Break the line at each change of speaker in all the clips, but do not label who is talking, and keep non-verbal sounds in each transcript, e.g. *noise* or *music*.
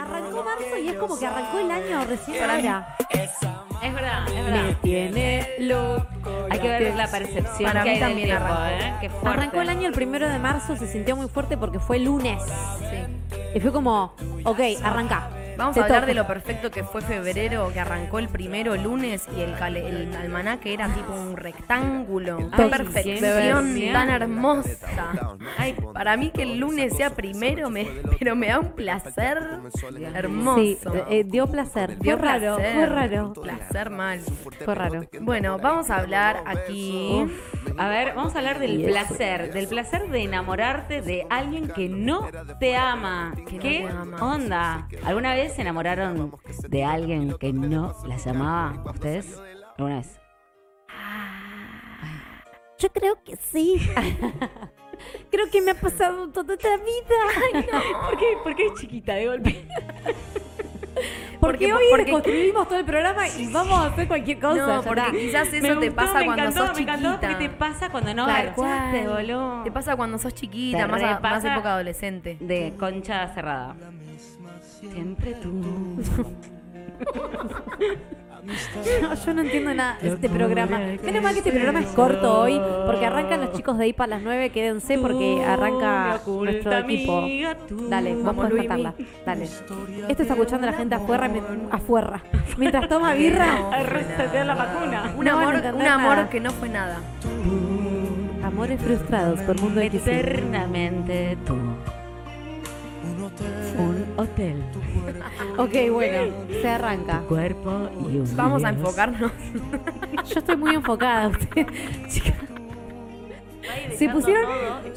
Arrancó marzo y es como que arrancó el año recién ahora.
Es verdad, es
Me
verdad.
tiene loco.
Hay que ver la percepción
Para
que
mí
hay del
también
tiempo,
arrancó.
¿eh? Qué fuerte.
Arrancó el año el primero de marzo, se sintió muy fuerte porque fue lunes.
Sí.
Y fue como, ok, arranca.
Vamos
Te
a hablar
toca.
de lo perfecto que fue febrero, que arrancó el primero lunes y el, cale- el almanaque era tipo un rectángulo.
Ay,
Qué perfección
siempre.
tan hermosa. Ay, para mí que el lunes sea primero, me, *laughs* pero me da un placer hermoso.
Sí, eh, dio placer.
Dio
fue raro,
placer,
fue raro.
Placer mal.
Fue raro.
Bueno, vamos a hablar aquí.
A ver, vamos a hablar del placer, del placer de enamorarte de alguien que no te ama.
no
¿Qué
te ama.
onda? ¿Alguna vez se enamoraron de alguien que no las amaba? ¿Ustedes? ¿Alguna vez?
Yo creo que sí. *laughs* creo que me ha pasado toda la vida. *laughs*
*laughs*
¿Por qué, ¿Por qué es chiquita de golpe?
Porque,
Porque-
hoy
porque-
reconstruimos todo el programa y vamos a hacer cualquier cosa.
No, porque
ya está.
quizás eso te pasa cuando sos chiquita.
¿Qué te pasa cuando no
Tal
garchaste,
cual.
boludo?
Te pasa cuando sos chiquita,
Te
más, a- más
repasa.
época adolescente.
de concha cerrada. Siempre tú.
No, yo no entiendo nada de este programa. Menos mal que este programa es corto hoy, porque arrancan los chicos de IPA a las 9, quédense porque arranca nuestro equipo. Dale, vamos a
Luimi.
matarla. Dale. Esto está escuchando la gente afuera, mi- afuera. mientras toma birra.
Resetear la vacuna.
No
Un
van a
amor,
entender
un amor
nada.
que no fue nada.
Amores frustrados por Mundo X.
Eternamente tú. Un hotel,
Ok, bueno, se arranca.
cuerpo y un.
Vamos a
Dios.
enfocarnos.
Ah, Yo estoy muy enfocada, *laughs* usted. Chica, se pusieron.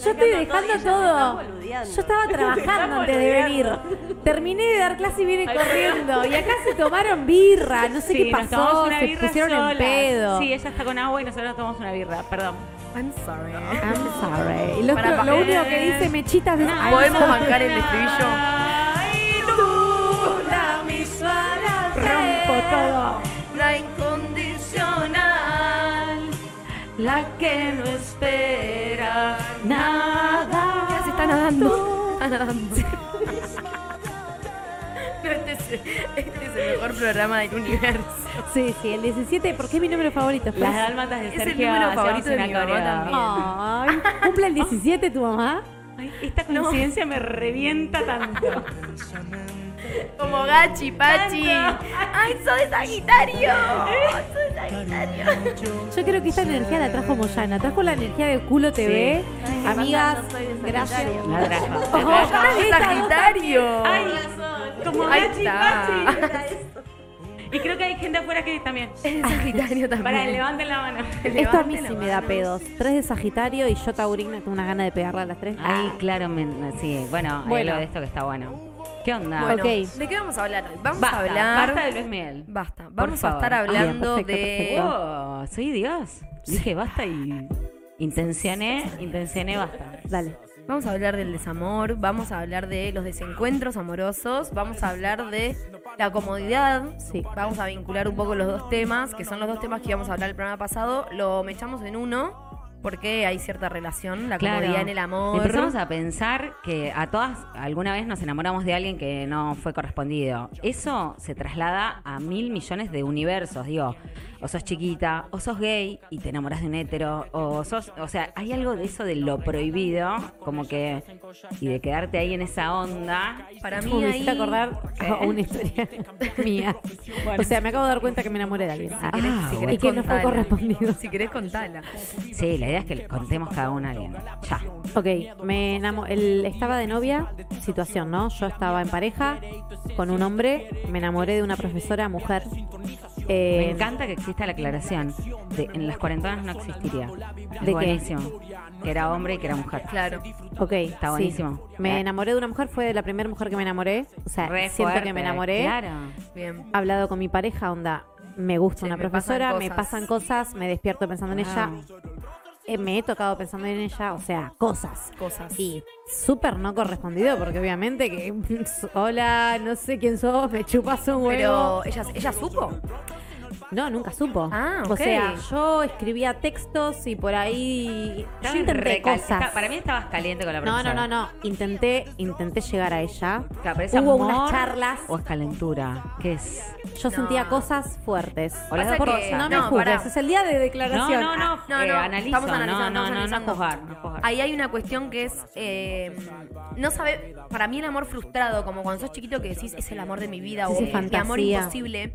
Yo estoy dejando todo. Yo
*laughs*
estaba trabajando antes de venir. Terminé de dar clase y vine corriendo. Y acá se tomaron birra, no sé qué pasó, se pusieron en pedo.
Sí, ella está con agua y nosotros tomamos una birra, perdón.
I'm sorry.
I'm sorry. Y lo,
Para-
lo único que dice Mechitas es. I'm
Podemos
sorry.
bancar el estribillo.
Rompo todo.
La incondicional, la que no espera nada. Ya se está nadando. Está nadando. Pero *laughs* este es, este es el mejor programa del universo.
Sí, sí, el 17, porque es mi número favorito.
Las dálmatas de
Es el
Sergio
número
hacíamos
favorito de
una
mi mamá
coreada.
también.
Ay, ¿Cumple el 17 tu mamá?
Ay, esta coincidencia me revienta tanto.
Como Gachi, Pachi. ¡Ay, soy
*laughs*
Sagitario! ¡Soy Sagitario!
Yo creo que esta energía la trajo Moyana, trajo la energía de Culo TV. Amigas, gracias. *laughs*
La trajo.
Ojo, yo las vi
¡Soy
estas dos
Sagitario!
Ay, como
Ahí
Nachi
está. *laughs*
Pachi. Y creo que hay gente afuera que también.
Es Sagitario también.
Para, levanten la mano.
Esto a mí sí me da pedos. Tres de Sagitario y yo Taurina tengo unas ganas de pegarla a las tres.
Ay, claro, me- sí. Bueno, hay
Bueno.
algo de esto que está bueno. ¿Qué onda?
Bueno,
Ok.
¿de qué vamos a hablar hoy? Vamos
basta,
a hablar.
basta de Luis Miguel.
Basta.
Por
Vamos a
favor.
estar hablando
Ah, bien, perfecto,
de.
Oh, soy Dios. Dije basta y intencioné, intencioné basta.
Dale.
Vamos a hablar del desamor, vamos a hablar de los desencuentros amorosos, vamos a hablar de la comodidad.
Sí.
Vamos a vincular un poco los dos temas, que son los dos temas que íbamos a hablar el programa pasado. Lo mechamos en uno porque hay cierta relación, la
Claro.
comodidad en el amor.
Empezamos a pensar que a todas alguna vez nos enamoramos de alguien que no fue correspondido. Eso se traslada a mil millones de universos, digo. O sos chiquita, o sos gay y te enamoras de un hétero, o sos, o sea, hay algo de eso de lo prohibido, como que y de quedarte ahí en esa onda.
Para mí
Uy, me
ahí...
hiciste acordar a una
*laughs*
historia mía. O sea, me acabo de dar cuenta que me enamoré de alguien.
Ah,
Si querés
y que no fue
contala.
correspondido.
Si querés contala.
Sí, la idea es que le contemos cada una a alguien. Ya.
Ok, me enamoré. Estaba de novia, situación, ¿no? Yo estaba en pareja con un hombre, me enamoré de una profesora mujer. Eh,
Me encanta que exista la aclaración. De, en las cuarentonas no existiría. Es
¿De qué?
buenísimo. Que era hombre y que era mujer.
Claro.
Ok, está
buenísimo.
Me
Eh.
enamoré de una mujer, fue la primera mujer que me enamoré. O sea,
Re
siento
fuerte,
que me enamoré.
Claro.
Bien.
Hablado con mi pareja, onda, me gusta
Sí,
una
me
profesora,
pasan
me
cosas.
pasan cosas, me despierto pensando en ella. Eh, me he tocado pensando en ella, o sea, cosas.
Cosas.
Y súper no correspondido, porque obviamente que, *laughs* hola, no sé quién sos, me chupas un huevo.
Pero ella, ella supo.
No, nunca supo.
Ah,
O
ok.
sea, yo escribía textos y por ahí.
Estabas
Yo intenté
recal-
cosas.
está- para mí estabas caliente con la
no,
profesora.
no, no, no. Intenté, intenté llegar a ella.
Claro, pero es
Hubo
amor
unas charlas.
¿O es calentura? ¿Qué es?
Yo sentía cosas fuertes.
O las
Pasa
dos
que-
cosas.
No me
No,
juzgues,
pará.
es el día de
No,
declaración.
no, no,
No,
eh,
no,
analizo,
estamos
no,
analizando,
no,
estamos
no, no
analizando.
juzgar, no juzgar.
Ahí hay una cuestión que es, eh, no sabe, para mí el amor frustrado, como cuando sos chiquito que decís, es el amor de mi vida
Sí,
o
sí,
es mi
fantasía.
amor imposible,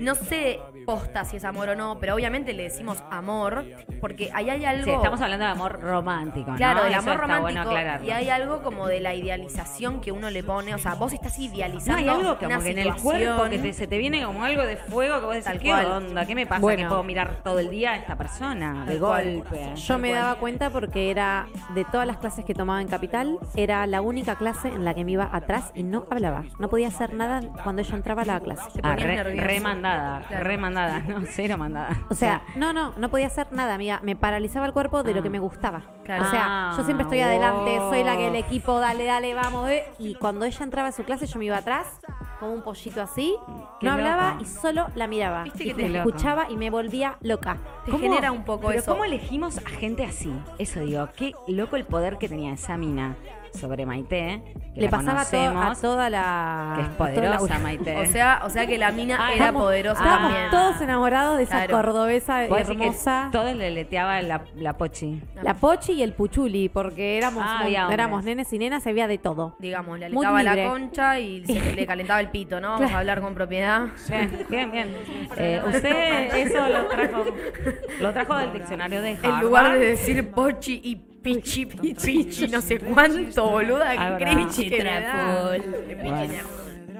no sé posta si es amor o no, pero obviamente le decimos amor, porque ahí hay algo...
Sí, estamos hablando de amor romántico, ¿no?
Claro, el
Eso
amor
está
romántico
bueno aclararlo.
y hay algo como de la idealización que uno le pone, o sea, vos estás
No,
idealizando
hay algo como
una
que en el
situación.
cuerpo que te- se te viene como algo de fuego que vos decís,
Tal
¿qué
cual.
onda? ¿Qué me pasa
Bueno.
que puedo mirar todo el día a esta persona?
Tal
De
cual.
golpe.
Yo me daba cuenta porque era de todas las clases que tomaba en Capital, era la única clase en la que me iba atrás y no hablaba. No podía hacer nada cuando ella entraba a la clase.
Te
Ah,
ponías
re-
nervioso.
remandada,
Claro.
remandada, *laughs* no, cero mandada.
O sea, no, no, no podía hacer nada, amiga. Me paralizaba el cuerpo de
Ah.
lo que me gustaba.
Claro.
O sea, yo siempre estoy
Ah,
adelante,
wow.
soy la que el equipo, dale, dale, vamos. eh. Y cuando ella entraba a su clase, yo me iba atrás, como un pollito así,
Qué
no hablaba
loco.
y solo la miraba.
Viste
Y
que te-
la escuchaba y me volvía loca.
Te genera un poco
pero
eso.
¿Cómo elegimos a gente así? Eso digo, qué loco el poder que tenía esa mina sobre Maite. Que
Le
la
pasaba to- a
conocemos,
toda la.
que es
a toda la-
poderosa
*laughs*
Maite.
O sea, o sea que la mina
Ah,
era
Estamos-
poderosa
Estábamos
también.
todos enamorados de esa
Claro.
cordobesa
Puedo decir que
hermosa.
todos le leteaba la, la pochi.
La Pochi y el Puchuli, porque éramos,
Ah,
mon-
había hombres.
éramos nenes y nenas, había de todo.
digamos, le
Muy
alecaba la
libre.
concha
*laughs*
y se le calentaba el pito, ¿no? Vamos a hablar con propiedad.
Bien, bien, bien. Eh, usted eso lo trajo, lo trajo del diccionario de Harvard.
En lugar de decir pochi y pichi, pichi, pichi, no sé cuánto, boluda,
Habrá.
qué cringe que me da.
Bueno.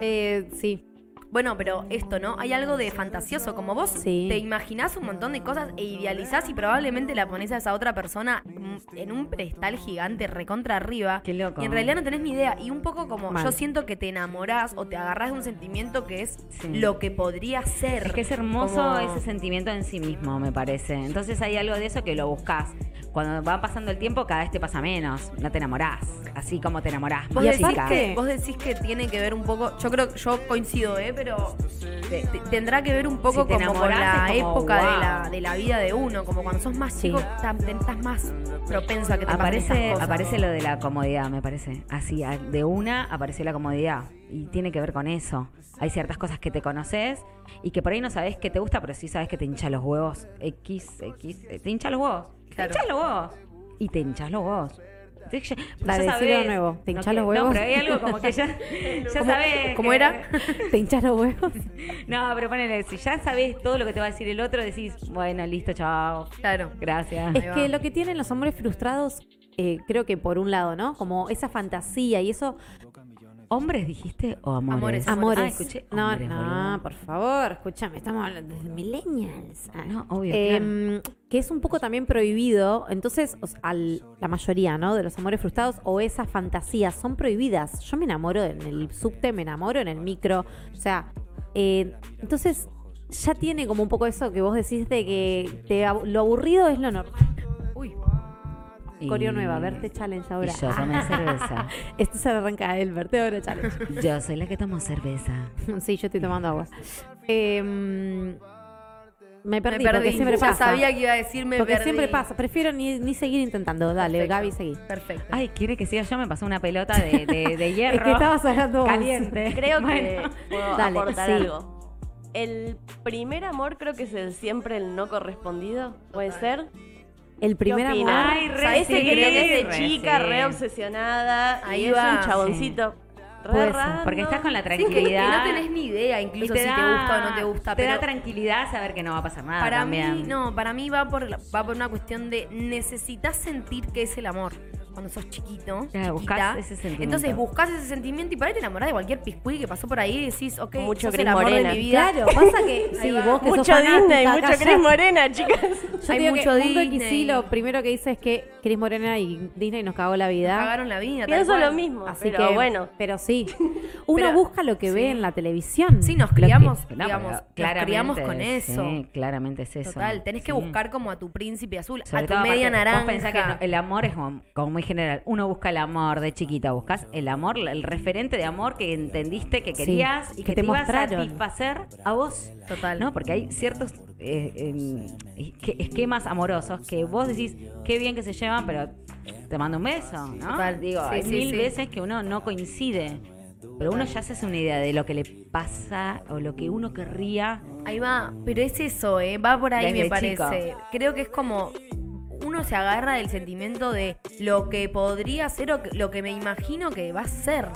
Eh, sí.
Bueno, pero esto, ¿no? Hay algo de fantasioso, como vos
Sí.
te imaginás un montón de cosas e idealizás y probablemente la ponés a esa otra persona mm, en un pedestal gigante recontra arriba.
Qué loco.
Y en realidad no tenés ni idea. Y un poco como
Mal.
yo siento que te enamorás o te agarrás de un sentimiento que es
Sí.
lo que podría ser.
Es que es hermoso
Como-
ese sentimiento en sí mismo, me parece. Entonces hay algo de eso que lo buscas. Cuando va pasando el tiempo, cada vez te pasa menos. No te enamorás. Así como te enamorás.
Vos
Y
decís,
aparte-
que, vos decís que tiene que ver un poco, yo creo, yo coincido, ¿eh? pero te- te- tendrá que ver un poco
Si te
como con la
enamorás, es como,
época
wow.
de, la, de la vida de uno, como cuando sos más chico, tam- te- estás más propenso a que te pasen estas
aparece,
cosas.
aparece lo de la comodidad, me parece. Así, a- de una apareció la comodidad. Y tiene que ver con eso. Hay ciertas cosas que te conoces y que por ahí no sabes que te gusta, pero sí sabes que te hincha los huevos. X, X, eh, te hincha los huevos.
Claro.
Te hincha los huevos. Y te hinchas los huevos. Te- ya-
Dale, decilo
ya
de
sabés.
nuevo. ¿Te hinchás
que-
los huevos?
No, pero hay algo como
*laughs*
que ya, ya
¿Cómo-
sabés
cómo
que- *laughs*
era?
¿Te hinchas los huevos?
No, pero ponele, si ya sabés todo lo que te va a decir el otro, decís, bueno, listo, chao.
Claro.
Gracias.
Es que lo que tienen los hombres frustrados, eh, creo que por un lado, ¿no? Como esa fantasía y eso.
¿Hombres dijiste o amores?
Amores.
Amores.
Ah, escuché.
no,
hombres,
no,
boludo.
por favor, escúchame, estamos hablando de millennials. Ah,
No, obvio,
Em, Que es un poco también prohibido. Entonces, o sea, al- la mayoría, ¿no? De los amores frustrados o esas fantasías son prohibidas. Yo me enamoro en el subte, me enamoro en el micro. O sea, eh, entonces ya tiene como un poco eso que vos decís de que te ab- lo aburrido es lo normal.
Uy,
Y-
Coreo nueva, verte challenge ahora.
Y yo
*laughs*
tomé cerveza.
*laughs* Esto se arranca el verte ahora challenge.
Yo soy la que tomo cerveza.
Sí, yo estoy tomando agua. Eh, me
me
perdí,
perdí.
porque siempre
Ya
pasa.
sabía que iba a decirme
porque siempre pasa. Prefiero ni, ni seguir intentando. Dale,
Perfecto.
Gaby, seguí.
Perfecto.
Ay, ¿quiere que siga yo? Me pasó una pelota *laughs* de, de, de hierro.
Es que estabas hablando vos.
caliente.
Creo
Bueno.
que puedo
Dale,
aportar
sí.
algo. El primer amor creo que es el siempre el no correspondido. ¿Puede ser?
El primer amor.
¿Qué opinan?
Ay, re
Ese
sí,
que tenés
re
de chica,
sí.
re obsesionada.
Ahí
y es
va,
un chaboncito. Re
Puede ser,
raro.
Porque estás con la
Sí, que, que
tranquilidad.
no tenés ni idea incluso
Y
si te
da-
gusta o no te gusta,
Te
pero
da tranquilidad saber que no va a pasar nada
para
Ah, también.
mí no, para mí va por la- va por una cuestión de necesitas sentir que es el amor. Cuando sos chiquito,
Claro, buscás
chiquita,
ese sentimiento.
entonces buscas ese sentimiento y para ahí te enamorás de cualquier piscuí que pasó por ahí y decís, ok,
Mucho
sos
Cris
el amor
Morena.
de mi vida. *laughs*
Claro, pasa que.
*laughs*
sí,
va.
vos que sos
Mucho Disney,
fanática,
mucho
callate.
Cris Morena, *laughs* chicas.
Yo
Hay
digo
mucho
que Mundo
Disney.
XY lo primero que dice es que Cris Morena y Disney nos cagó la vida.
Cagaron la vida. tal
Pienso
cual.
lo mismo,
Así
pero
que,
bueno.
Pero
*laughs*
sí. Uno
Pero-
busca lo que ve en la televisión.
Sí, nos
Lo que-
criamos,
No,
digamos,
pero
nos
claramente,
criamos con eso.
Sí, claramente es eso.
Total, tenés que
Sí.
buscar como a tu príncipe azul,
Sobre
a tu
todo,
media
aparte, vos
naranja.
pensás que no- el amor es como, como muy general. Uno busca el amor de chiquita, buscas el amor, el referente de amor que entendiste que
Sí,
querías y
que
que,
te
te, iba a
mostraron.
satisfacer a vos.
Total.
¿No? Porque hay ciertos eh, eh, esque- esquemas amorosos que vos decís, qué bien que se llevan, pero te mando un beso, ¿no?
Total.
Digo,
Sí,
hay
sí,
mil
sí.
veces que uno no coincide. Pero uno ya se hace una idea de lo que le pasa o lo que uno querría.
Ahí va, pero es eso, ¿eh? va por ahí
Desde
me parece.
chico.
Creo que es como uno se agarra del sentimiento de lo que podría ser o que- lo que me imagino que va a ser.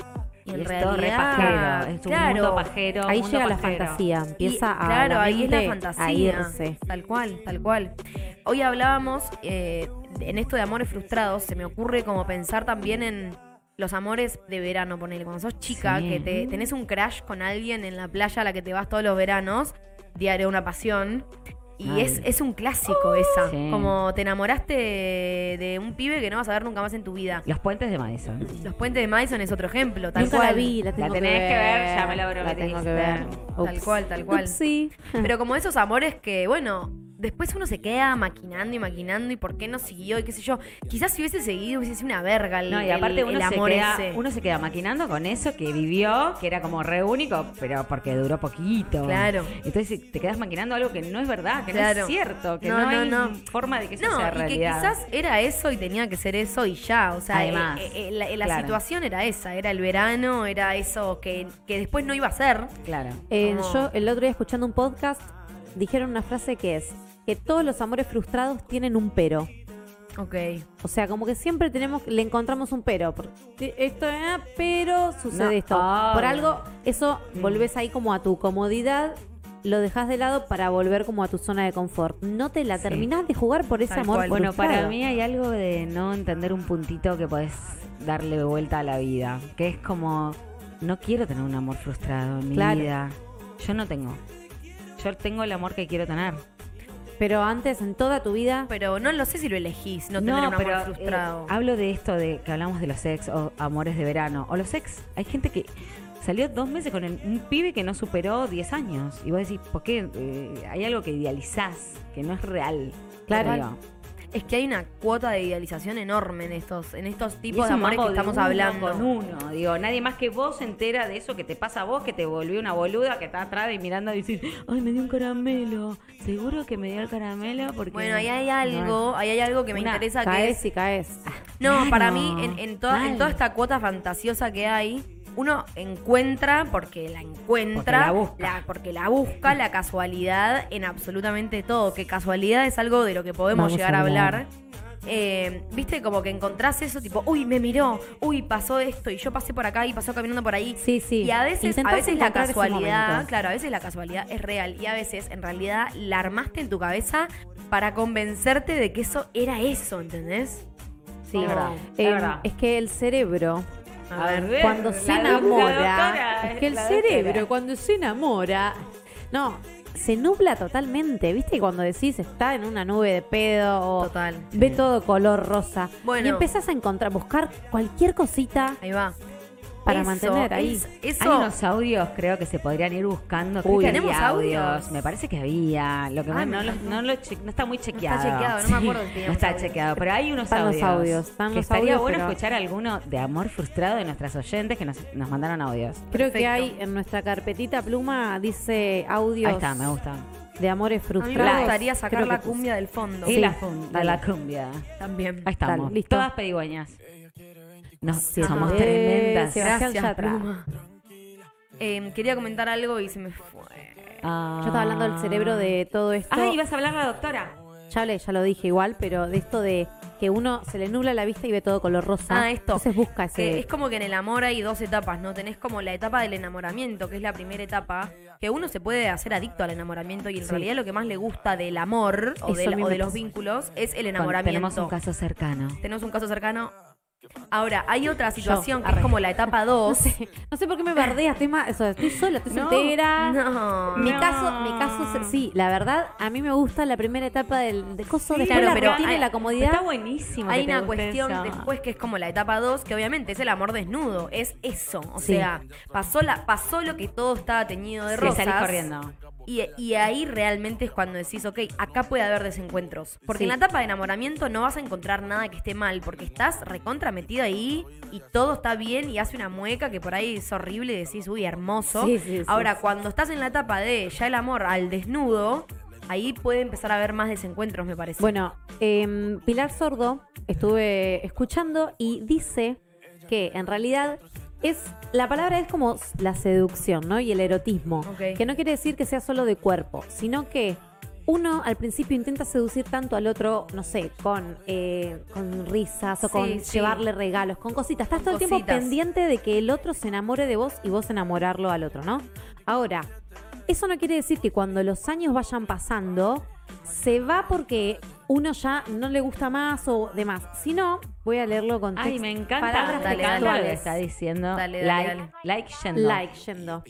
Y en
Y es
realidad,
todo re pajero, es un
claro,
mundo pajero.
Ahí
mundo
llega la
pajero.
fantasía,
Y,
empieza a
claro,
la
ahí es la
mente
fantasía.
a irse.
Tal cual, tal cual. Hoy hablábamos eh, en esto de amores frustrados, se me ocurre como pensar también en los amores de verano, ponele, cuando sos chica,
Sí.
que te, tenés un crash con alguien en la playa a la que te vas todos los veranos, diario de una pasión. Y
Ay.
es, es un clásico esa,
Sí.
como te enamoraste de un pibe que no vas a ver nunca más en tu vida.
Los puentes de Madison.
Los puentes de Madison es otro ejemplo, tal
Nunca
cual.
la vi, la tengo
tenés
que
que
ver.
ver, ya me la prometiste.
tengo que ver.
Tal cual, tal cual.
Sí.
*laughs* Pero como esos amores que, bueno, después uno se queda maquinando y maquinando y por qué no siguió y qué sé yo. Quizás si hubiese seguido hubiese sido una verga el,
No, y aparte
el-
uno,
el
se
amor
queda,
ese.
uno se queda maquinando con eso que vivió, que era como re único, pero porque duró poquito.
Claro.
Entonces te quedas maquinando algo que no es verdad, que no
Claro.
es cierto, que
No,
no,
no,
hay
no.
forma de que eso
No,
sea
y que
realidad.
quizás era eso y tenía que ser eso y ya. O sea,
Además,
eh, eh, la, la
claro.
situación era esa, era el verano, era eso que, que después no iba a ser.
Claro.
Eh,
Como-
Yo el otro día escuchando un podcast dijeron una frase que es que todos los amores frustrados tienen un pero.
Ok.
O sea, como que siempre tenemos, le encontramos un pero. Porque Esto, ah, pero sucede
No.
esto.
Ah.
Por algo, eso
Mm.
volvés ahí como a tu comodidad, lo dejas de lado para volver como a tu zona de confort. No te la
Sí.
terminás de jugar por ese
Tal
amor.
cual.
Bueno, para
frustrado.
mí hay algo de no entender un puntito que podés darle vuelta a la vida, que es como, no quiero tener un amor frustrado en mi
Claro.
vida. Yo no tengo. Yo tengo el amor que quiero tener.
Pero antes, en toda tu vida,
Pero no lo sé si lo elegís, no, tener un amor
pero,
frustrado.
eh, hablo de esto de que hablamos de los ex o amores de verano. O los ex. Hay gente que salió dos meses con el- un pibe que no superó 10 años. Y vos decís, ¿por qué? Eh, hay algo que idealizás, que no es real.
Claro.
creo.
es que hay una cuota de idealización enorme en estos, en estos
Y
tipos
es
de
un
amores que
mambo de
estamos
uno
hablando.
Con uno, digo, nadie más que vos se entera de eso que te pasa a vos, que te volvió una boluda que está atrás y mirando a decir, ay, me dio un caramelo. Seguro que me dio el caramelo porque.
Bueno, ahí hay
No.
algo, ahí hay algo que me
Una
interesa que
caes
es. Ah,
y caes.
No,
Claro,
para mí, en, en toda, en
mal.
toda esta cuota fantasiosa que hay, uno encuentra, porque la encuentra,
Porque la busca.
la- porque la busca la casualidad en absolutamente todo. Que casualidad es algo de lo que podemos
Vamos
llegar
a
a
hablar.
hablar. Eh, Viste, como que encontrás eso, tipo, uy, me miró, uy, pasó esto, y yo pasé por acá y pasó caminando por ahí.
Sí, sí.
Y a veces, a
Intentás
veces la
encontrar ese
casualidad,
momento.
claro, a veces la casualidad es real y a veces en realidad la armaste en tu cabeza para convencerte de que eso era eso, ¿entendés?
Sí, es verdad.
Eh,
es verdad.
es que el cerebro
A ver.
cuando
la
se
doc- la
enamora,
doctora,
es que el
la doctora.
cerebro cuando se enamora, no, se nubla totalmente, ¿viste? Y Cuando decís está en una nube de pedo o
Total.
ve todo color rosa
Bueno.
y empezás a encontrar, buscar cualquier cosita
Ahí va.
para
Eso,
mantener ahí.
es-
Hay
eso.
unos audios, creo que se podrían ir buscando.
Uy,
Creo que
¿tenemos
había
audios?
Me parece que había. Lo que
Ah,
más-
me
no, los-
encantó.
no lo che- no está muy chequeado.
chequeado, no me acuerdo si teníamos
no está
audios.
chequeado, pero hay unos
Están los
audios.
audios, están
que
los
estaría
audios,
bueno
pero-
escuchar alguno de amor frustrado de nuestras oyentes que nos, nos mandaron audios.
Creo que
perfecto.
hay en nuestra carpetita pluma dice
Ahí
audios
está, me gusta.
de amores
A mí me
frustrados.
gustaría sacar
Creo que
la cumbia del fondo.
Y
Sí,
la, fun-
dale.
la cumbia.
También.
Ahí estamos.
Dale, listo.
Todas pedigüeñas. Nos,
Sí,
somos
eh,
tremendas.
sí, Sebastián Yatra.
Pluma. Eh, quería comentar algo y se me fue.
Ah.
Yo estaba hablando del cerebro de todo esto.
Ay, vas a hablar la doctora.
Ya, hablé, ya lo dije igual, pero de esto de que uno se le nubla la vista y ve todo color rosa.
Ah, esto. Eh,
Entonces busca
Que
ese.
es como que en el amor hay dos etapas, ¿no? Tenés como la etapa del enamoramiento, que es la primera etapa, que uno se puede hacer adicto al enamoramiento y en realidad lo que más le gusta del amor o,
Eso
del-
a mí
o
me
de los
pasa.
vínculos es el
Con-
enamoramiento.
Tenemos un caso cercano.
Tenemos un caso cercano. Ahora, hay otra situación que
arre.
es como la etapa
No
2.
*laughs*
sé, *laughs* no sé por qué me bardeas, estoy, ma- o sea, estoy sola, estoy
No,
soltera.
No.
Mi
No.
caso, mi caso, se- sí, la verdad, a mí me gusta la primera etapa del de coso,
Sí,
después
claro,
la
pero
rutina y
hay-
la comodidad.
Está buenísimo.
Hay
que te
una
guste
cuestión
eso.
después que es como la etapa 2, que obviamente es el amor desnudo, es eso. O
Sí.
sea, pasó, la, pasó lo que todo estaba teñido de
Sí,
rosas.
salís corriendo.
Y, y ahí realmente es cuando decís, ok, acá puede haber desencuentros. Porque
Sí.
en la etapa de enamoramiento no vas a encontrar nada que esté mal, porque estás recontra metido ahí y todo está bien y hace una mueca que por ahí es horrible y decís, uy, hermoso.
Sí, sí, sí,
Ahora,
sí.
cuando estás en la etapa de ya el amor al desnudo, ahí puede empezar a haber más desencuentros, me parece.
Bueno, em, Pilar Sordo estuve escuchando y dice que en realidad es la palabra es como la seducción, ¿no? Y el erotismo,
Ok.
que no quiere decir que sea solo de cuerpo, sino que uno al principio intenta seducir tanto al otro, no sé, con, eh, con risas o
Sí,
con
sí.
llevarle regalos, con cositas. Estás todo el tiempo
Cositas.
pendiente de que el otro se enamore de vos y vos enamorarlo al otro, ¿no? Ahora, eso no quiere decir que cuando los años vayan pasando, se va porque uno ya no le gusta más o demás. Si no, voy a leerlo con
Ay,
text-
me encanta.
palabras
Dale, dale,
textuales.
dale.
está diciendo.
Dale, dale,
like,
dale.
like yendo.
Like, yendo.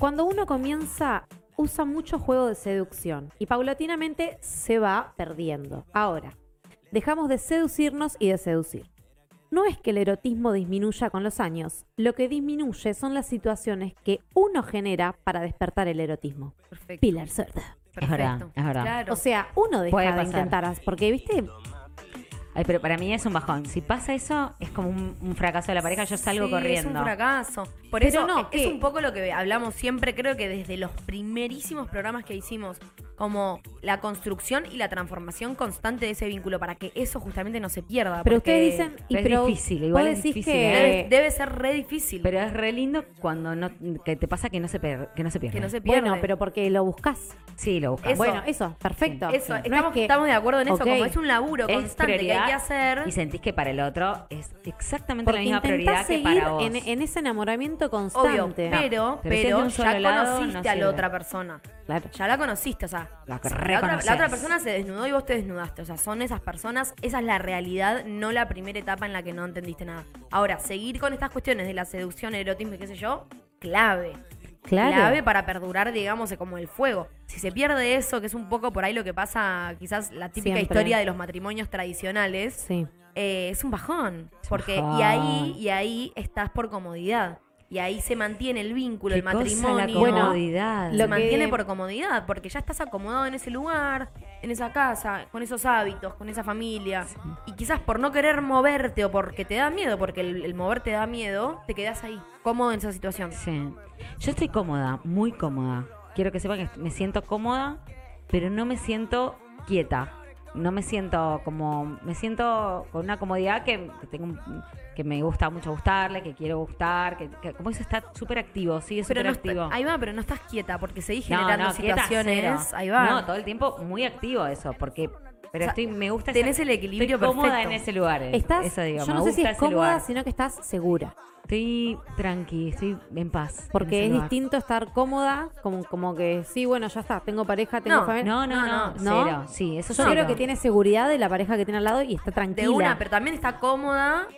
Cuando uno comienza, usa mucho juego de seducción y paulatinamente se va perdiendo. Ahora, dejamos de seducirnos y de seducir. No es que el erotismo disminuya con los años, lo que disminuye son las situaciones que uno genera para despertar el erotismo.
perfecto.
Pilar Sordo.
Es verdad, es verdad.
Claro.
O sea, uno deja
Puede
de
pasar.
intentar, porque viste,
Ay, pero para mí es un bajón. Si pasa eso, es como un, un fracaso de la pareja. Yo salgo
Sí,
corriendo.
Es un fracaso. Por
Pero
eso
no,
es-
¿qué?
es un poco lo que hablamos siempre, creo que desde los primerísimos programas que hicimos, como la construcción y la transformación constante de ese vínculo para que eso justamente no se pierda.
pero
porque
ustedes dicen, y
pero es
pero
difícil, igual
vos
es
decís
difícil,
que
Debe, debe ser re difícil
Pero es re lindo cuando no, que te pasa que no se, per- que no se pierde.
que no se pierda.
bueno, pero porque lo buscas.
Sí, lo buscas.
Eso.
Bueno, eso, perfecto.
eso,
No es
estamos,
que-
estamos de acuerdo en eso,
Ok.
como es un laburo
Es
constante que
prioridad
hay que hacer.
Y sentís que para el otro es exactamente
porque
la misma
intentás
prioridad que
seguir
para vos.
en, en ese enamoramiento constante.
Obvio, pero,
pero si es de
pero
un solo
ya
lado,
conociste
no
a la
sirve.
otra persona.
Claro.
Ya la conociste, o sea.
La
o sea, otra,
reconoces.
la otra persona se desnudó y vos te desnudaste. O sea, son esas personas, esa es la realidad, no la primera etapa en la que no entendiste nada. Ahora, seguir con estas cuestiones de la seducción, el erotismo y qué sé yo, clave.
Claro.
Clave para perdurar, digamos, como el fuego. Si se pierde eso, que es un poco por ahí lo que pasa, quizás la típica
Siempre.
historia de los matrimonios tradicionales,
Sí.
eh, es un bajón.
Es un
Porque
bajón.
y ahí, y ahí estás por comodidad. Y ahí se mantiene el vínculo,
Qué
el matrimonio.
Cosa, la
Bueno,
comodidad.
lo
se
que-
mantiene por comodidad, porque ya estás acomodado en ese lugar, en esa casa, con esos hábitos, con esa familia. Y quizás por no querer moverte o porque te da miedo, porque el, el moverte da miedo, te quedas ahí, cómodo en esa situación.
Sí. Yo estoy cómoda, muy cómoda. Quiero que sepan que me siento cómoda, pero no me siento quieta. No me siento como. Me siento con una comodidad que, que tengo un- que me gusta mucho gustarle, que quiero gustar, que, que- como eso está súper activo, sigue
Pero
súper
no,
activo.
ahí va, pero no estás quieta, porque seguís
No,
generando
no, quieta,
situaciones.
cero.
Ahí va.
No, todo el tiempo muy activo eso, porque. Pero
O sea,
estoy, me gusta
tenés
esa-
el equilibrio
estoy cómoda
perfecto.
en ese lugar. eh.
Estás,
eso digo,
yo
me
no sé si
gusta
es
ese
cómoda,
lugar.
sino que estás segura.
Estoy tranqui, estoy en paz. en
Porque
ese
es
lugar.
distinto estar cómoda, como, como que sí, bueno, ya está, tengo pareja, tengo
No,
familia.
No, no, no,
¿No?
cero. Sí, eso
Yo
cero.
creo que tiene seguridad de la pareja que tiene al lado y está tranquila.
de una, pero también está cómoda.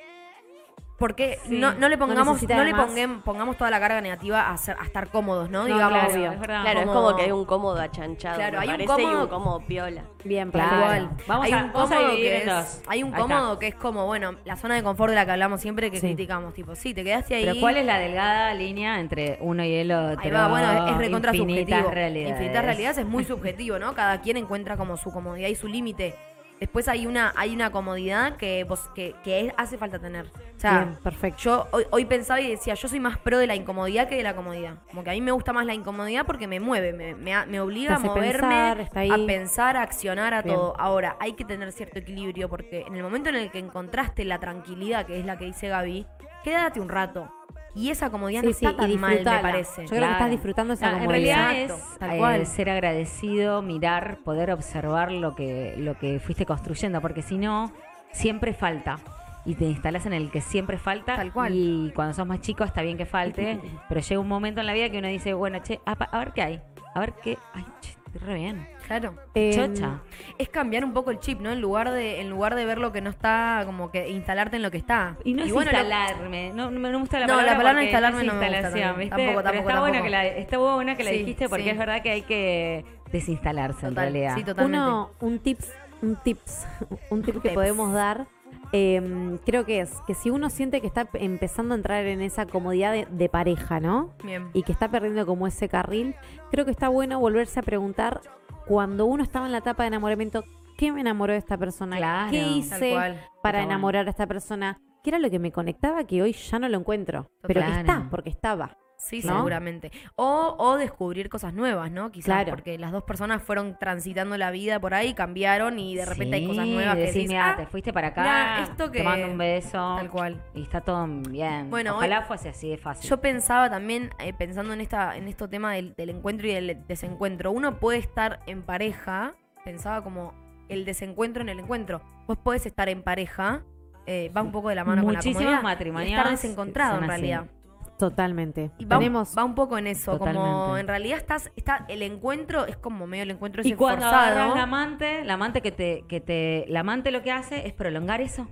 Porque
Sí.
no, no le
No
pongamos,
necesita
no,
de
le
más.
ponguem- pongamos toda la carga negativa a, ser- a estar cómodos, ¿no?
No,
Digamos.
claro, es verdad.
Claro,
Como-
es como que hay un cómodo achanchado.
Claro,
Claro,
hay un
hay y
cómodo-
un cómodo piola.
Bien,
Claro.
perfecto.
Igual.
Vamos
hay
a-
un
vamos a
cómodo
dividir
que
en
es,
dos.
hay un
Ahí está.
cómodo que es como, bueno, la zona de confort de la que hablamos siempre que
Sí.
criticamos, tipo, sí, te quedaste ahí.
Pero ¿cuál es la delgada línea entre uno y el otro?
Ahí va, bueno, es recontra
infinitas
subjetivo.
realidades.
Infinitas realidades es muy subjetivo, ¿no? Cada quien encuentra como su comodidad y su límite. Después hay una, hay una comodidad que, vos- que, que es- hace falta tener. O sea,
Bien, perfecto.
Yo hoy, hoy pensaba y decía, yo soy más pro de la incomodidad que de la comodidad. Como que a mí me gusta más la incomodidad porque me mueve, me, me- me obliga
Te
a
hace
moverme,
pensar, está ahí.
a pensar, a accionar, a
Bien.
todo. Ahora, hay que tener cierto equilibrio porque en el momento en el que encontraste la tranquilidad, que es la que dice Gaby, quédate un rato. Y esa comodidad no
Sí, sí,
está
y
tan mal, me
disfrutala.
parece.
Yo creo que estás disfrutando esa
No, en
comodidad.
realidad
Exacto,
es
tal
eh,
cual.
ser agradecido, mirar, poder observar lo que, lo que fuiste construyendo, porque si no, siempre falta. Y te instalas en el que siempre falta.
Tal cual.
Y cuando sos más chico
*laughs*
está bien que falte, pero llega un momento en la vida que uno dice, bueno, che, apa, a ver qué hay. A ver qué hay. che, Estoy re bien.
Claro.
Em,
Chocha.
Es cambiar un poco el chip, ¿no? En lugar de, en lugar de ver lo que no está, como que instalarte en lo que está.
Y no es
bueno, lo-
instalarme. No, no me gusta la
No, la
palabra.
palabra
porque
instalarme
es
no me gusta
instalación,
también.
¿viste?
Tampoco,
Pero
tampoco,
está, Buena
tampoco.
que la, está buena que la
Sí,
dijiste porque
sí.
es verdad que hay que desinstalarse en
Total,
realidad.
sí, totalmente.
Uno, un tips, un tips, *laughs* un tip que
tips.
podemos dar, eh, creo que es que si uno siente que está empezando a entrar en esa comodidad de, de pareja, ¿no?
Bien.
Y que está perdiendo como ese carril, creo que está bueno volverse a preguntar cuando uno estaba en la etapa de enamoramiento, ¿qué me enamoró de esta persona?
Claro.
¿Qué
Tal
Tal
hice
cual.
para
Está bueno.
enamorar a esta persona? ¿Qué era lo que me conectaba que hoy ya no lo encuentro? Pero que
Claro.
está, porque estaba.
Sí,
¿no?
seguramente. O, o descubrir cosas nuevas, ¿no? Quizás
Claro.
porque las dos personas fueron transitando la vida por ahí, cambiaron y de repente hay cosas
Sí,
nuevas que
decís,
decís,
"Mirá,
"Ah,
te fuiste para acá,
mirá, esto
te
que-
mando un beso.
tal cual.
Y está todo bien.
Bueno,
Ojalá
hoy-
fuese así de fácil.
Yo pensaba también, eh, pensando en esta en este tema del, del encuentro y del desencuentro, uno puede estar en pareja, pensaba como el desencuentro en el encuentro. Vos podés estar en pareja, eh, va un poco de la mano con la
Muchísimos
comodidad,
matrimonios
y Estar desencontrado
son
en
así.
realidad.
Totalmente.
Y va, un-
Tenemos
va un poco en eso, como
Totalmente.
en realidad estás, está, el encuentro es como medio el encuentro es
Y cuando agarras
forzado.
la amante, la amante que te, que te, la amante lo que hace es prolongar eso,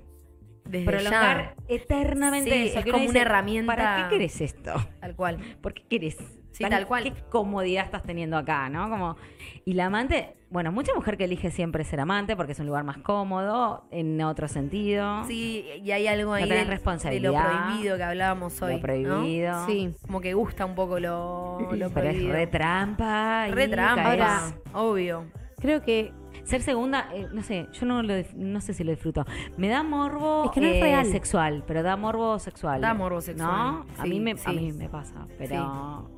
desde
prolongar eternamente
Sí,
eso.
es
que uno
como una herramienta-
¿Para qué querés esto?
ya, tal cual.
¿Por qué querés?
Sí, tal cual.
¿Qué comodidad estás teniendo acá, no? Como, y la amante, bueno, mucha mujer que elige siempre ser amante porque es un lugar más cómodo, en otro sentido.
Sí, y hay algo ahí
tenés
del- de lo
responsabilidad.
prohibido que hablábamos
lo
hoy. ¿no?
prohibido.
Sí.
Como que gusta un poco lo, lo
Pero es
prohibido.
re trampa. y
Re trampa,
caes.
Ahora-
obvio.
Creo que
Ser segunda, eh, no sé, yo no, lo, dif- no sé si lo disfruto. Me da morbo
Es que no es
eh,
real.
sexual, pero da morbo sexual.
Da morbo sexual,
¿No? a,
sí,
mí me, a
sí.
mí me pasa, pero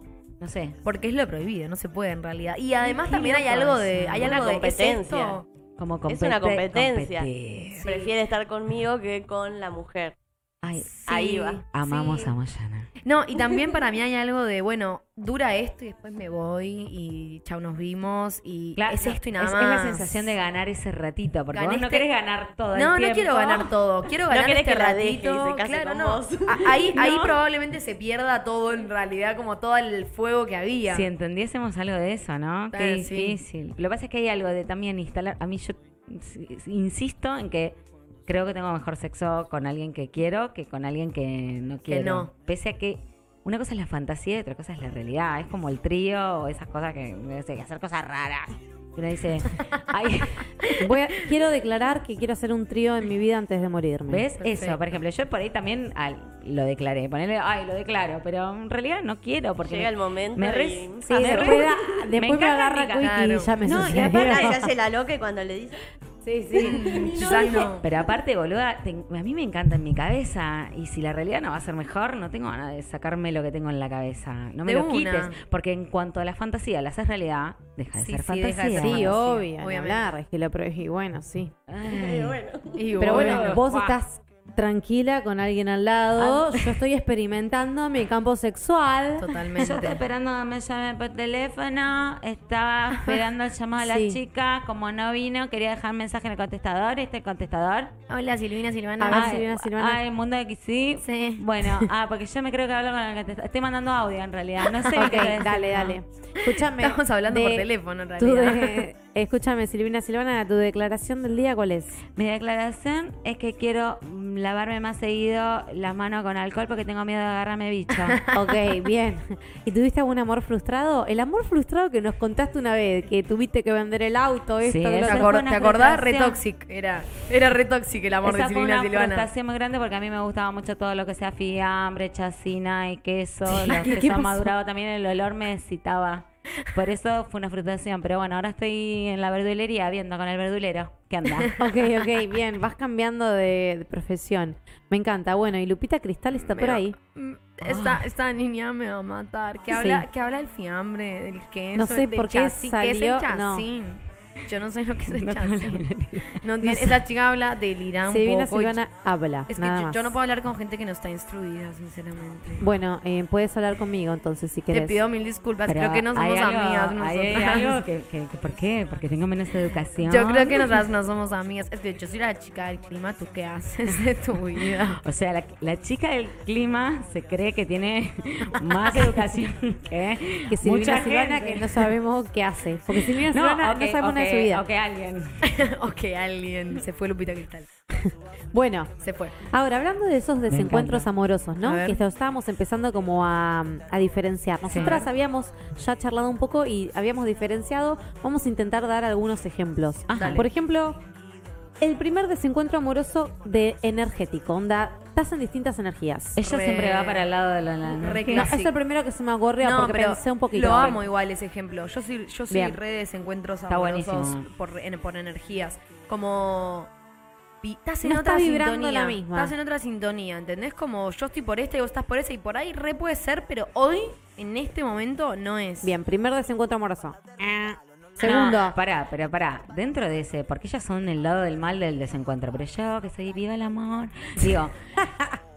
no sé.
Porque es lo prohibido, no se puede en realidad. Y además
Qué
también hay
loco
algo de.
eso.
Hay
Una
algo de. ¿es
competencia.
esto?
Como
Es una
compete-
competencia.
competir.
Prefiere estar conmigo que con la mujer.
Ay,
Ahí va.
amamos
sí.
a Mayana.
No, y también para mí hay algo de, bueno, dura esto y después me voy y chau, nos vimos y es esto y nada
es,
más.
es la sensación de ganar ese ratito, porque vos no
Ganaste-
querés ganar todo el
No,
tiempo.
no quiero ganar todo. Quiero
No
ganar
querés
este
que la deje y se
ratito.
case
claro,
con
no.
vos.
A- Ahí, ahí
No.
probablemente se pierda todo en realidad, como todo el fuego que había.
Si entendiésemos algo de eso, ¿no? Qué
Eh, sí.
difícil. Lo que pasa es que hay algo de también instalar. A mí yo ins- insisto en que creo que tengo mejor sexo con alguien que quiero que con alguien que no quiero.
no.
Pese a que una cosa es la fantasía y otra cosa es la realidad. Es como el trío o esas cosas que, no sé, que hacer cosas raras. Y uno dice, ay,
*laughs* Voy a- quiero declarar que quiero hacer un trío en mi vida antes de morirme.
¿Ves?
Mm, Perfecto.
Eso, por ejemplo, yo por ahí también al- lo declaré. Ponele, ay, lo declaro, pero en realidad no quiero porque.
Llega
me-
el momento
me re-
y-
Sí,
Ah, me
después,
re-
da-
me
después me,
encanta
agarra
mi
Quickie
claro.
y ya me
No, y
sucedió.
aparte
*laughs*
se hace la loca y cuando le dice,
Sí,
*laughs*
sí.
Quizás no.
Pero aparte, boluda, te- a mí me encanta en mi cabeza. Y si la realidad no va a ser mejor, no tengo ganas de sacarme lo que tengo en la cabeza. No me
De
lo
una.
quites. Porque en cuanto a la fantasía, la haces realidad, deja de
Sí,
ser
sí, deja
fantasía.
de ser
Sí,
fantasía,
obvio, ni
obviamente.
hablar, es que lo pro- y bueno, sí.
Ay.
bueno,
Y
Pero
bueno,
bueno, vos
Buah.
estás tranquila con alguien al lado, yo estoy experimentando mi campo sexual.
Yo estaba
Totalmente.
*laughs* esperando que me llame por teléfono,
*laughs*
estaba esperando el llamado de la
Sí.
chica, como no vino, quería dejar mensaje en el contestador, este el contestador.
Hola Silvina, Silvana.
A ver,
Ay,
Silvana, Silvana.
ay, el mundo de que sí.
Sí.
Bueno, ah, porque yo me creo que hablo con el contestador. Estoy mandando audio en realidad, no sé.
Ok,
qué quiero decir.
dale,
No.
dale. Escúchame.
Estamos hablando por
de
teléfono en
tu
realidad.
de- *laughs* escúchame, Silvina Silvana, tu declaración del día, ¿cuál es?
Mi declaración es que quiero mm, lavarme más seguido las manos con alcohol porque tengo miedo de agarrarme
*laughs*
bicho.
*laughs*
Ok, bien. ¿Y tuviste algún amor frustrado? El amor frustrado que nos contaste una vez, que tuviste que vender el auto, esto,
Sí,
que lo
*laughs*
esa
¿Te,
otro.
fue
acor-
una
¿Te acordás?
frustración.
Retoxic. Era, era retoxic el amor
Esa
de
fue
Silvina
una
Silvana.
frustración muy grande porque a mí me gustaba mucho todo lo que sea fiambre, chacina y queso. Los
¿y qué
quesos
pasó?
madurados también el olor me excitaba. Por eso fue una frustración. Pero bueno, ahora estoy en la verdulería viendo con el verdulero. ¿Qué anda?
Ok, ok, bien, vas cambiando de, de profesión. Me encanta. Bueno, y Lupita Cristal está por
Me-
ahí.
Mm, Esta, esta niña me va a matar. Que habla, que habla del fiambre, del queso,
No sé
del
por qué
chasis, que es el
salió- no.
chacín. Yo no sé lo que
*laughs*
es el
No te
chance.
hablo de
No tiene- Esa chica habla, delira un
Se viene
poco. y-
Silvana, habla.
Es que
nada
yo,
más.
yo no puedo hablar con gente que no está instruida, sinceramente.
Bueno, eh, puedes hablar conmigo entonces si
Te
quieres.
pido mil disculpas,
Pero
creo que no somos
hay algo-
amigas
hay- hay
nosotras.
algo que- que- que- ¿Por qué? Porque tengo menos educación.
Yo creo que nosotras no somos amigas. Es que yo soy la chica del clima, ¿tú qué haces de tu vida? *laughs*
O sea, la, la chica del clima se cree que tiene más educación que,
Que Silvina
mucha
Silvana
gente.
que no sabemos qué hace. Porque Silvina
No,
Silvana
ok,
no sabemos nada de
ok,
su vida.
ok, alguien.
ok, alguien. Se fue Lupita Cristal.
Bueno,
Se fue.
ahora hablando de esos desencuentros
encanta.
amorosos, ¿no?
A ver.
Que lo estábamos empezando como a, a diferenciar. Nosotras habíamos ya charlado un poco y habíamos diferenciado. Vamos a intentar dar algunos ejemplos.
Ah,
Ajá.
Por ejemplo, el primer desencuentro amoroso de energético. Onda, estás en distintas energías.
Ella
Re-
siempre va para el lado de la
re
lana.
que
No,
sí.
es el primero que se me ocurrió
No,
porque
pero
pensé un poquito.
Lo amo igual ese ejemplo. Yo soy, yo soy
Bien.
re de desencuentros
Está
amorosos
buenísimo.
por, en- por energías. Como. vi- Estás en
No
otra
estás vibrando
sintonía.
la misma.
Estás en otra sintonía, ¿entendés? Como yo estoy por esta y vos estás por esa y por ahí re puede ser, pero hoy, en este momento, no es.
Bien, primer desencuentro amoroso. Segundo.
No, pará, pero pará. Dentro de ese, porque ellas son el lado del mal del desencuentro. Pero yo, que soy viva el amor. Digo,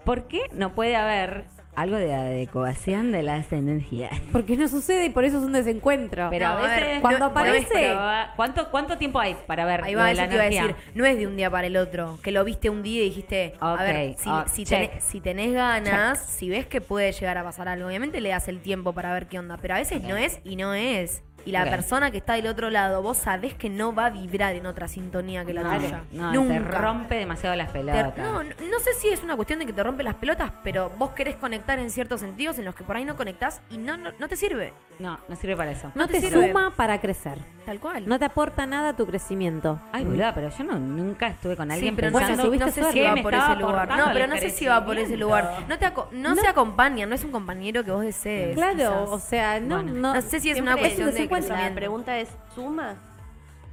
¿por qué no puede haber algo de adecuación de las energías?
Porque no sucede y por eso es un desencuentro.
Pero
No,
a
a ver,
veces.
cuando
no-
aparece-
pero va- ¿cuánto, ¿Cuánto tiempo hay para ver
Ahí
lo
va,
de
eso
la
te iba a
energía?
decir. No es de un día para el otro, que lo viste un día y dijiste,
Ok,
a ver, si,
ah,
si
check.
tenés, si tenés ganas, si ves que puede llegar a pasar algo, obviamente le das el tiempo para ver qué onda, pero a veces no es y no es. Y la
Ok.
persona que está del otro lado, vos sabés que no va a vibrar en otra sintonía Ah, que la tuya.
No, no,
Nunca.
te rompe demasiado las
Te-
pelotas.
no, no- no sé si es una cuestión de que te rompe las pelotas, pero vos querés conectar en ciertos sentidos en los que por ahí no conectás y no, no, no te sirve.
No, no sirve para eso.
no,
no
te,
te sirve.
suma para crecer.
Tal cual.
No te aporta nada a tu crecimiento.
Ay, boluda, pero yo no, nunca estuve con alguien
Sí, pero no
pensando
sé,
Bueno, subiste
no sé
suerte.
si
que
va
me
por
estaba
ese lugar.
aportando
No, pero
el
no sé si va por ese lugar.
crecimiento.
No, te aco- no, se acompaña, no es un compañero que vos desees.
Claro,
quizás.
o sea, no,
Bueno.
no,
No sé si es una
siempre un
cuestión de
desencuentro.
crecimiento.
La pregunta es, ¿suma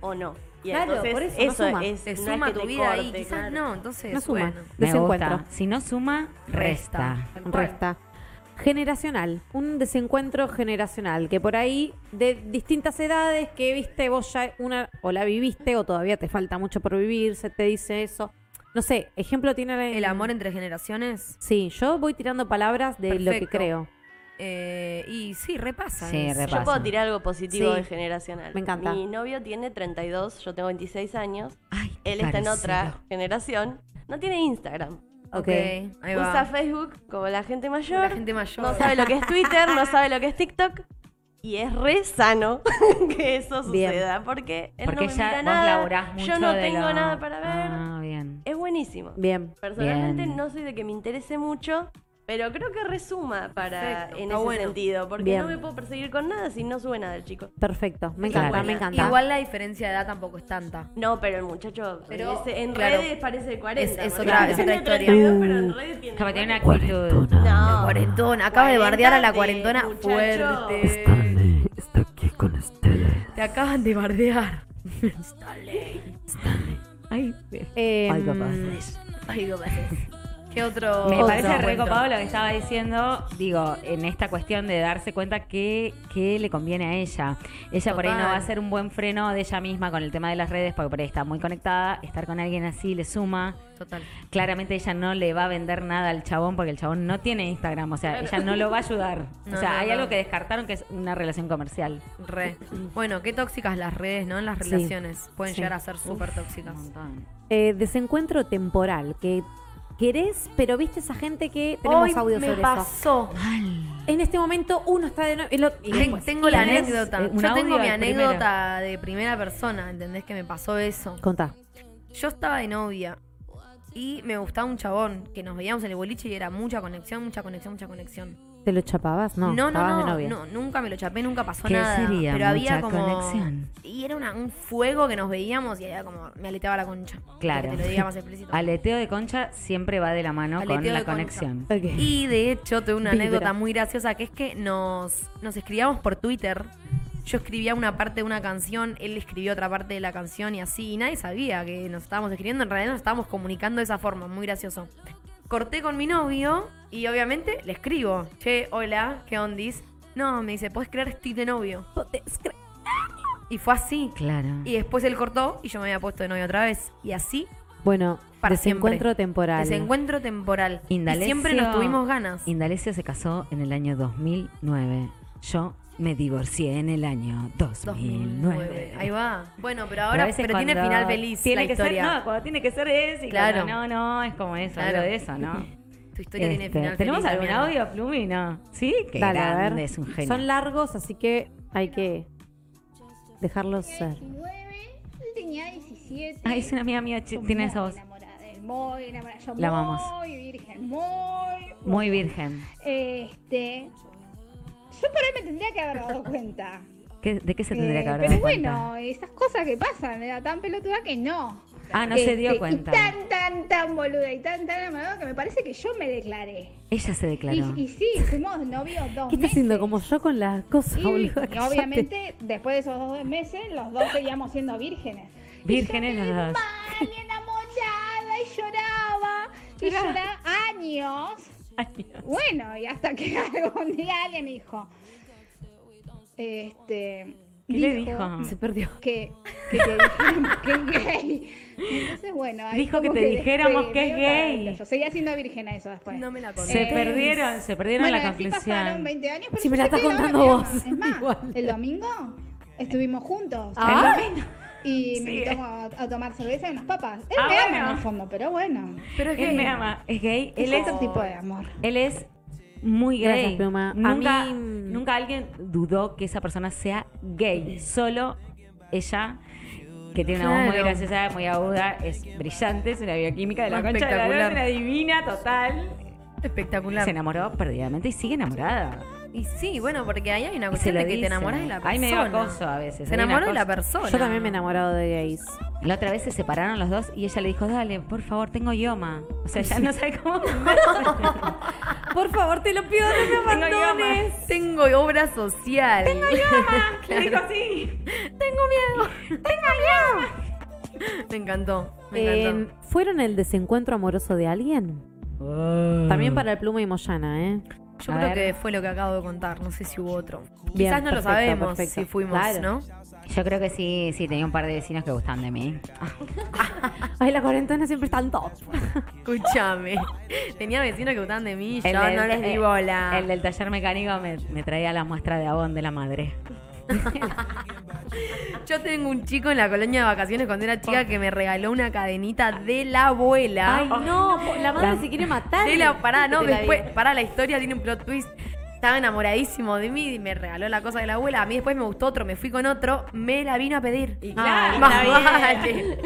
o no? Y
Claro,
entonces,
por eso no suma.
es,
Te
no es
suma
que
tu
te
vida ahí,
corte,
quizás
claro.
no, entonces.
No suma.
Bueno.
Me
Desencuentro.
gusta. Si no suma, resta.
Resta.
Un Resta. Generacional, un desencuentro generacional, que por ahí de distintas edades que viste vos ya una o la viviste o todavía te falta mucho por vivir, se te dice eso. No sé, ejemplo tiene
El amor entre generaciones.
Sí, yo voy tirando palabras de lo que
Perfecto.
creo.
eh, y sí, repasa.
Sí,
eso.
repasa.
Yo puedo tirar algo positivo
Sí.
de generacional.
Me encanta.
Mi novio tiene 32, yo tengo 26 años.
Ay,
Él está en
parecido.
otra generación. No tiene Instagram.
Ok.
Ok, ahí va.
Usa Facebook como la gente mayor.
La gente mayor.
No sabe lo que es Twitter, no sabe lo que es TikTok. Y es re sano *laughs* que eso
Bien.
suceda porque él
Porque
no me
ya
mira
vos laburás
nada.
mucho
Yo no
de
tengo
lo-
nada para ver.
Ah, bien.
Es buenísimo.
Bien.
Personalmente
Bien.
no soy de que me interese mucho, pero creo que resuma para
Perfecto,
en
está
ese
bueno.
sentido, porque
Bien.
no me puedo perseguir con nada si no sube nada el chico.
Perfecto, me
*laughs* Claro.
encanta, me encanta.
Igual la diferencia de edad tampoco es tanta.
No, pero el muchacho
Pero,
ese- en
claro,
redes parece de 40.
es- es
porque
otra-
es
otra
tiene
historia.
32, pero en redes tiene
Capaz tiene una
40.
actitud.
No.
Cuarentona, acaba de bardear a la
40,
cuarentona
muchacho.
fuerte.
Stanley está aquí con ustedes.
Te acaban de bardear.
Ay,
Eh,
Ay, capaz.
Em, Ay, no
*laughs*
pases. ¿Qué otro?
Me
Otro
parece
cuento?
recopado lo que estaba diciendo, digo, en esta cuestión de darse cuenta que, que le conviene a ella. Ella por ahí no
Total.
va a ser un buen freno de ella misma con el tema de las redes, porque por ahí está muy conectada, estar con alguien así le suma.
Total.
Claramente ella no le va a vender nada al chabón porque el chabón no tiene Instagram, o sea, ella no lo va a
*laughs*
ayudar.
No,
o sea,
no,
hay
no.
algo que descartaron que es una relación comercial.
Re.
Mm.
Bueno, qué tóxicas las redes, ¿no? En las
Sí.
relaciones. Pueden
Sí.
llegar a ser súper tóxicas.
Un montón.
eh, desencuentro temporal, que querés, pero viste esa gente que tenemos audio sobre eso. En este momento uno está de no- el otro- y
Ten-
después-
tengo la
y tenés-
anécdota.
eh, un
Yo tengo
audio
mi
al primero.
anécdota de primera persona, ¿entendés? Que me pasó eso.
Contá.
Yo estaba de novia y me gustaba un chabón que nos veíamos en el boliche y era mucha conexión, mucha conexión, mucha conexión.
¿Te lo chapabas? No,
no,
estabas
no,
de
no,
novia.
no, nunca me lo chapé, nunca pasó
¿Qué
nada.
sería
pero había
mucha
como
conexión?
y era una- un fuego que nos veíamos y era como me aleteaba la concha.
Claro.
Que te lo diga más
*laughs*
explícito.
Aleteo de concha siempre va de la mano
Aleteo
con la
de concha.
conexión.
Ok.
Y de hecho tuve una
Vibra.
anécdota muy graciosa que es que nos, nos escribíamos por Twitter. Yo escribía una parte de una canción, él escribió otra parte de la canción y así. Y nadie sabía que nos estábamos escribiendo. En realidad nos estábamos comunicando de esa forma. Muy gracioso. Corté con mi novio y obviamente le escribo. Che, hola, ¿qué ondis? No, me dice, ¿puedes creer? Estoy de novio.
Podés cre-
Y fue así.
Claro.
Y después él cortó y yo me había puesto de novio otra vez. Y así,
Bueno,
Para
desencuentro
siempre.
temporal.
desencuentro temporal. Y
Indalecio-
siempre nos tuvimos ganas.
Indalecio se casó en el año 2009. Yo me divorcié en el año 2009.
2009. Ahí va. Bueno, pero
Pero a
ahora
veces
pero tiene
cuando
final feliz
tiene
la
que
historia.
Ser, no, cuando tiene que ser es y
Claro.
claro. no, no, es como eso,
Claro.
algo de
*laughs*
eso, ¿no?
Tu historia tiene
Este,
final
¿Tenemos
feliz.
algún
amiga.
audio, Plumi? No. ¿Sí? Qué
Dale, a ver.
grande, es un genio.
Son largos, así que hay que dejarlos ser.
19, él tenía 17.
Ay, es una amiga mía, chi-
Yo
tiene
muy
esa voz.
enamorada de él, Muy enamorada. Yo
La amamos.
Muy virgen, muy.
Muy virgen.
Este. Yo por ahí me tendría que haber
*laughs*
dado cuenta.
¿Qué- ¿De qué se
Eh,
tendría que haber
pero
dado
bueno,
cuenta?
esas cosas que pasan, era tan pelotuda que no.
Ah, no se
Este,
dio
Y
cuenta.
tan, tan, tan boluda y tan, tan enamorada que me parece que yo me declaré.
Ella se
Y,
declaró.
y sí, fuimos novios dos
¿Qué estás
meses.
haciendo? Como yo con las cosas,
*laughs*
Y,
boluda,
y
que ya te-
obviamente, después de esos dos meses, los dos seguíamos siendo vírgenes.
Vírgenes
Y yo
las dos.
mal, y enamorada, y lloraba, y lloraba años. Bueno, y hasta que *laughs* algún día alguien dijo, este,
¿Qué le dijo?
Se perdió.
que, que te dijéramos que es gay. Entonces, bueno, ahí
Dijo que
como
te dijéramos
despe-
que es
medio
gay.
para- Yo seguía siendo virgen a eso después.
No me la conté.
Se
Eh,
perdieron, se perdieron
bueno,
la
así pasaron
conclusión.
20 años, pero
Si me
yo
la estás
seguí
contando
la
vos.
Es
*laughs*
más,
Igual.
el domingo estuvimos juntos.
Ah.
El domingo. Y me invitamos a, a tomar cerveza y unas papas. Él
Ah,
me ama
bueno.
en el fondo, pero bueno.
Pero es
Él
que
me ama, es gay,
Es
él es,
otro tipo de amor.
él es muy gay.
Gracias, Pluma. A
Nunca,
mí-
nunca alguien dudó que esa persona sea gay. Solo ella, que tiene una voz muy
Claro.
graciosa, muy aguda, es brillante, es una bioquímica de la
Más
concha de la lora, es
espectacular.
una divina total.
espectacular.
Se enamoró perdidamente y sigue enamorada.
Y sí, bueno, porque ahí hay una
Y se
cuestión
lo
de que te
dice.
enamoras de la persona.
Ahí me dio acoso a veces.
Se
hay una
enamoró de la
cosa.
persona.
Yo también me he enamorado de gays.
La otra vez se separaron los dos y ella le dijo, dale, por favor, tengo ioma. O sea, ya no sabe cómo. *laughs*
Por favor, te lo pido, *laughs* no me abandones.
Tengo obra social. Tengo *laughs* llama. Le digo así. Tengo miedo. Tengo miedo. Me encantó. Me
Em,
Eh,
encantó.
¿Fueron el desencuentro amoroso de alguien? También para el Pluma y Moyana, ¿eh?
Yo
a
creo
ver.
que fue lo que acabo de contar. No sé si hubo otro.
Bien,
Quizás no lo
perfecto,
sabemos
perfecto.
si fuimos,
Claro.
¿no?
Yo creo que sí, sí, tenía un par de vecinos que gustan de mí.
Ay, la cuarentena siempre está en top.
Escúchame. *laughs* Tenía vecinos que gustaban de mí y yo
El del-
no les di
eh,
bola.
El del taller mecánico me, me traía la muestra de abón de la madre.
Yo tengo un chico en la colonia de vacaciones cuando era chica que me regaló una cadenita de la abuela.
Ay, no, po- la madre se quiere matar.
De la, pará, no,
Te la
después,
digo.
pará, la historia tiene un plot twist. Estaba enamoradísimo de mí y me regaló la cosa de la abuela. A mí después me gustó otro, me fui con otro, me la vino a pedir. Y
claro,
más
está
vale.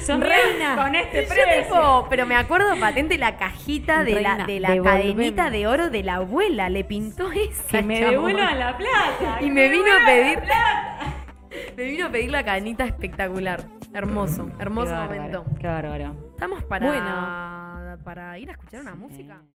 Son
reina.
con este
Yo
precio.
tipo, pero me acuerdo patente la cajita de
Reina,
la, de la
devolveme.
cadenita de oro de la abuela. Le pintó esa. chabón.
la plata.
Y me vino a pedir. *laughs* Me vino a pedir la cadenita espectacular. Hermoso, hermoso momento.
Qué bárbaro.
Estamos para,
Bueno.
para ir a escuchar una música.